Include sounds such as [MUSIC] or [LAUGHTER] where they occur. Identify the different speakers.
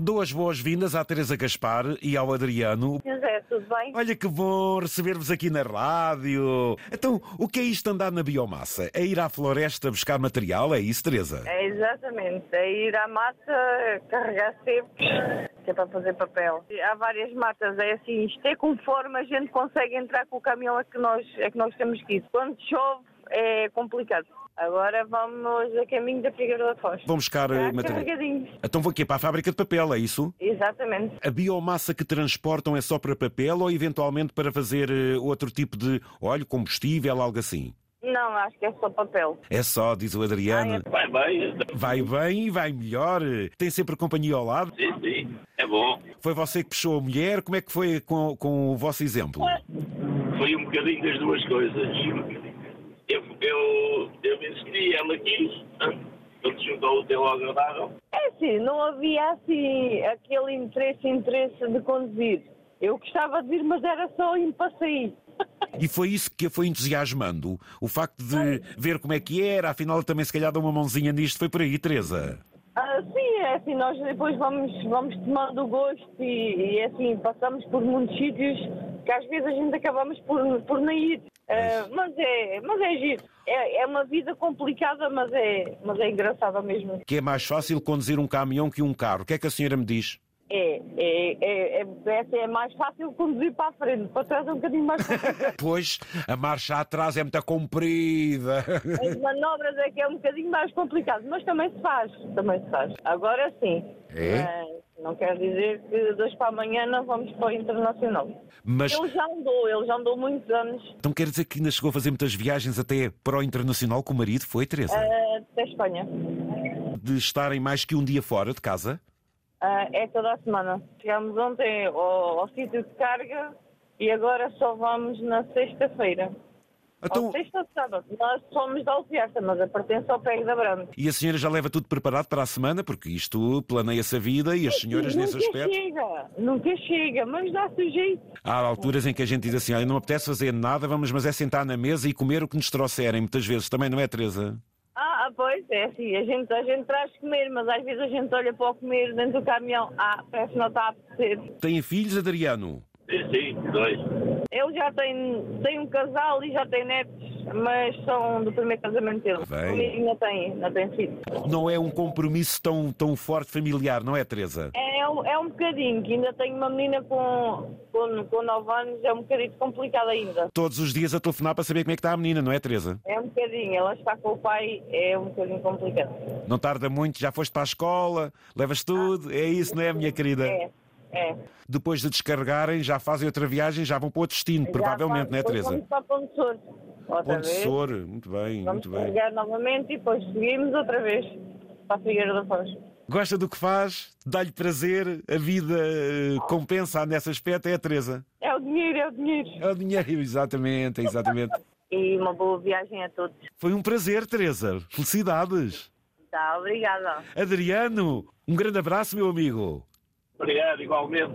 Speaker 1: Dou as boas-vindas à Teresa Gaspar e ao Adriano.
Speaker 2: José, tudo bem?
Speaker 1: Olha que bom receber-vos aqui na rádio. Então, o que é isto andar na biomassa? É ir à floresta buscar material? É isso, Teresa?
Speaker 2: É exatamente, é ir à mata, carregar sebos, que é para fazer papel. Há várias matas, é assim, isto é conforme a gente consegue entrar com o caminhão é que nós, é que nós temos que ir. Quando chove é complicado. Agora vamos a caminho da Figueira da Foz.
Speaker 1: Vão buscar eh,
Speaker 2: Está
Speaker 1: material.
Speaker 2: carregadinho.
Speaker 1: Então vou aqui para a fábrica de papel, é isso?
Speaker 2: Exatamente.
Speaker 1: A biomassa que transportam é só para papel ou eventualmente para fazer eh, outro tipo de óleo, combustível, algo assim?
Speaker 2: Não, acho que é só papel.
Speaker 1: É só, diz o Adriano.
Speaker 3: Vai bem,
Speaker 1: Vai bem e vai melhor. Tem sempre companhia ao lado.
Speaker 3: sim, sim, é bom.
Speaker 1: Foi você que puxou a mulher? Como é que foi com, com o vosso exemplo?
Speaker 3: Foi um bocadinho das duas coisas. Eu, eu, eu inscrevi, ela quis, ele se juntou ao teu agradável.
Speaker 2: É assim, não havia assim aquele interesse, interesse de conduzir. Eu gostava de ir, mas era só em passeio.
Speaker 1: E foi isso que a foi entusiasmando. O facto de ver como é que era, afinal também se calhar dá uma mãozinha nisto, foi por aí, Teresa.
Speaker 2: Ah, sim, é assim, nós depois vamos, vamos tomando gosto e, e, assim, passamos por muitos sítios que às vezes a gente acabamos por, por não ir. Ah, mas é, mas é giro. É, é uma vida complicada, mas é, mas é engraçada mesmo.
Speaker 1: Que é mais fácil conduzir um caminhão que um carro. O que é que a senhora me diz?
Speaker 2: É, é, é, é, é, assim, é mais fácil conduzir para a frente, para trás é um bocadinho
Speaker 1: [LAUGHS]
Speaker 2: mais complicado.
Speaker 1: Pois, a marcha atrás é muito comprida. [LAUGHS]
Speaker 2: As manobras é que é um bocadinho mais complicado, mas também se faz, também se faz. Agora sim.
Speaker 1: É?
Speaker 2: Ah, não quer dizer que dois para amanhã não vamos para o Internacional.
Speaker 1: Mas,
Speaker 2: Ele já andou, ele já andou muitos anos
Speaker 1: então quer dizer que ainda chegou a fazer muitas viagens até para o internacional com o marido, foi, Teresa?
Speaker 2: eh, até Espanha.
Speaker 1: De estarem mais que um dia fora de casa?
Speaker 2: Ah, é toda a semana. Chegámos ontem ao, ao sítio de carga e agora só vamos na sexta-feira. Ou
Speaker 1: Então,
Speaker 2: sexta ou sábado. Nós somos da Alpiarta, mas a pertence ao PEG da Brande.
Speaker 1: e a senhora já leva tudo preparado para a semana? Porque isto planeia-se a vida e as senhoras nesse
Speaker 2: nunca
Speaker 1: aspecto.
Speaker 2: chega, nunca chega, mas dá-se o jeito.
Speaker 1: Há alturas em que a gente diz assim, olha, não me apetece fazer nada, vamos mas é sentar na mesa e comer o que nos trouxerem, muitas vezes também, não é, Teresa?
Speaker 2: Ah, ah, pois, é assim, a gente, a gente traz comer, mas às vezes a gente olha para o comer dentro do caminhão, ah, parece que não está a apetecer.
Speaker 1: Têm filhos, Adriano?
Speaker 3: Sim, sim, dois.
Speaker 2: Ele já tem, tem um casal e já tem netos, mas são do primeiro casamento dele.
Speaker 1: Bem.
Speaker 2: Comigo não tem, não tem filho.
Speaker 1: Não é um compromisso tão, tão forte familiar, não é, Teresa?
Speaker 2: É, um- é um bocadinho, que ainda tenho uma menina com, com, com 9 anos, é um bocadinho complicado ainda.
Speaker 1: Todos os dias a telefonar para saber como é que está a menina, não é, Teresa?
Speaker 2: É um bocadinho, ela está com o pai, é um bocadinho complicado.
Speaker 1: Não tarda muito, já foste para a escola, levas tudo, é isso, não é, minha querida?
Speaker 2: É, é.
Speaker 1: Depois de descarregarem, já fazem outra viagem, já vão para o destino, provavelmente, não
Speaker 2: Já
Speaker 1: é,
Speaker 2: fa- depois
Speaker 1: Teresa?
Speaker 2: Vamos para Ponte Sor. Outra
Speaker 1: Ponte
Speaker 2: vez.
Speaker 1: Sor, muito bem,
Speaker 2: Vamos
Speaker 1: muito bem.
Speaker 2: carregar novamente e depois seguimos outra vez para a Figueira da Foz.
Speaker 1: Gosta do que faz, dá-lhe prazer, a vida eh, compensa nesse aspecto, é a Teresa.
Speaker 2: É o dinheiro, é o dinheiro.
Speaker 1: É o dinheiro, [LAUGHS] exatamente, exatamente.
Speaker 2: E uma boa viagem a todos.
Speaker 1: Foi um prazer, Teresa. Felicidades.
Speaker 2: Tá, obrigada.
Speaker 1: Adriano, um grande abraço, meu amigo.
Speaker 3: Obrigado, igualmente.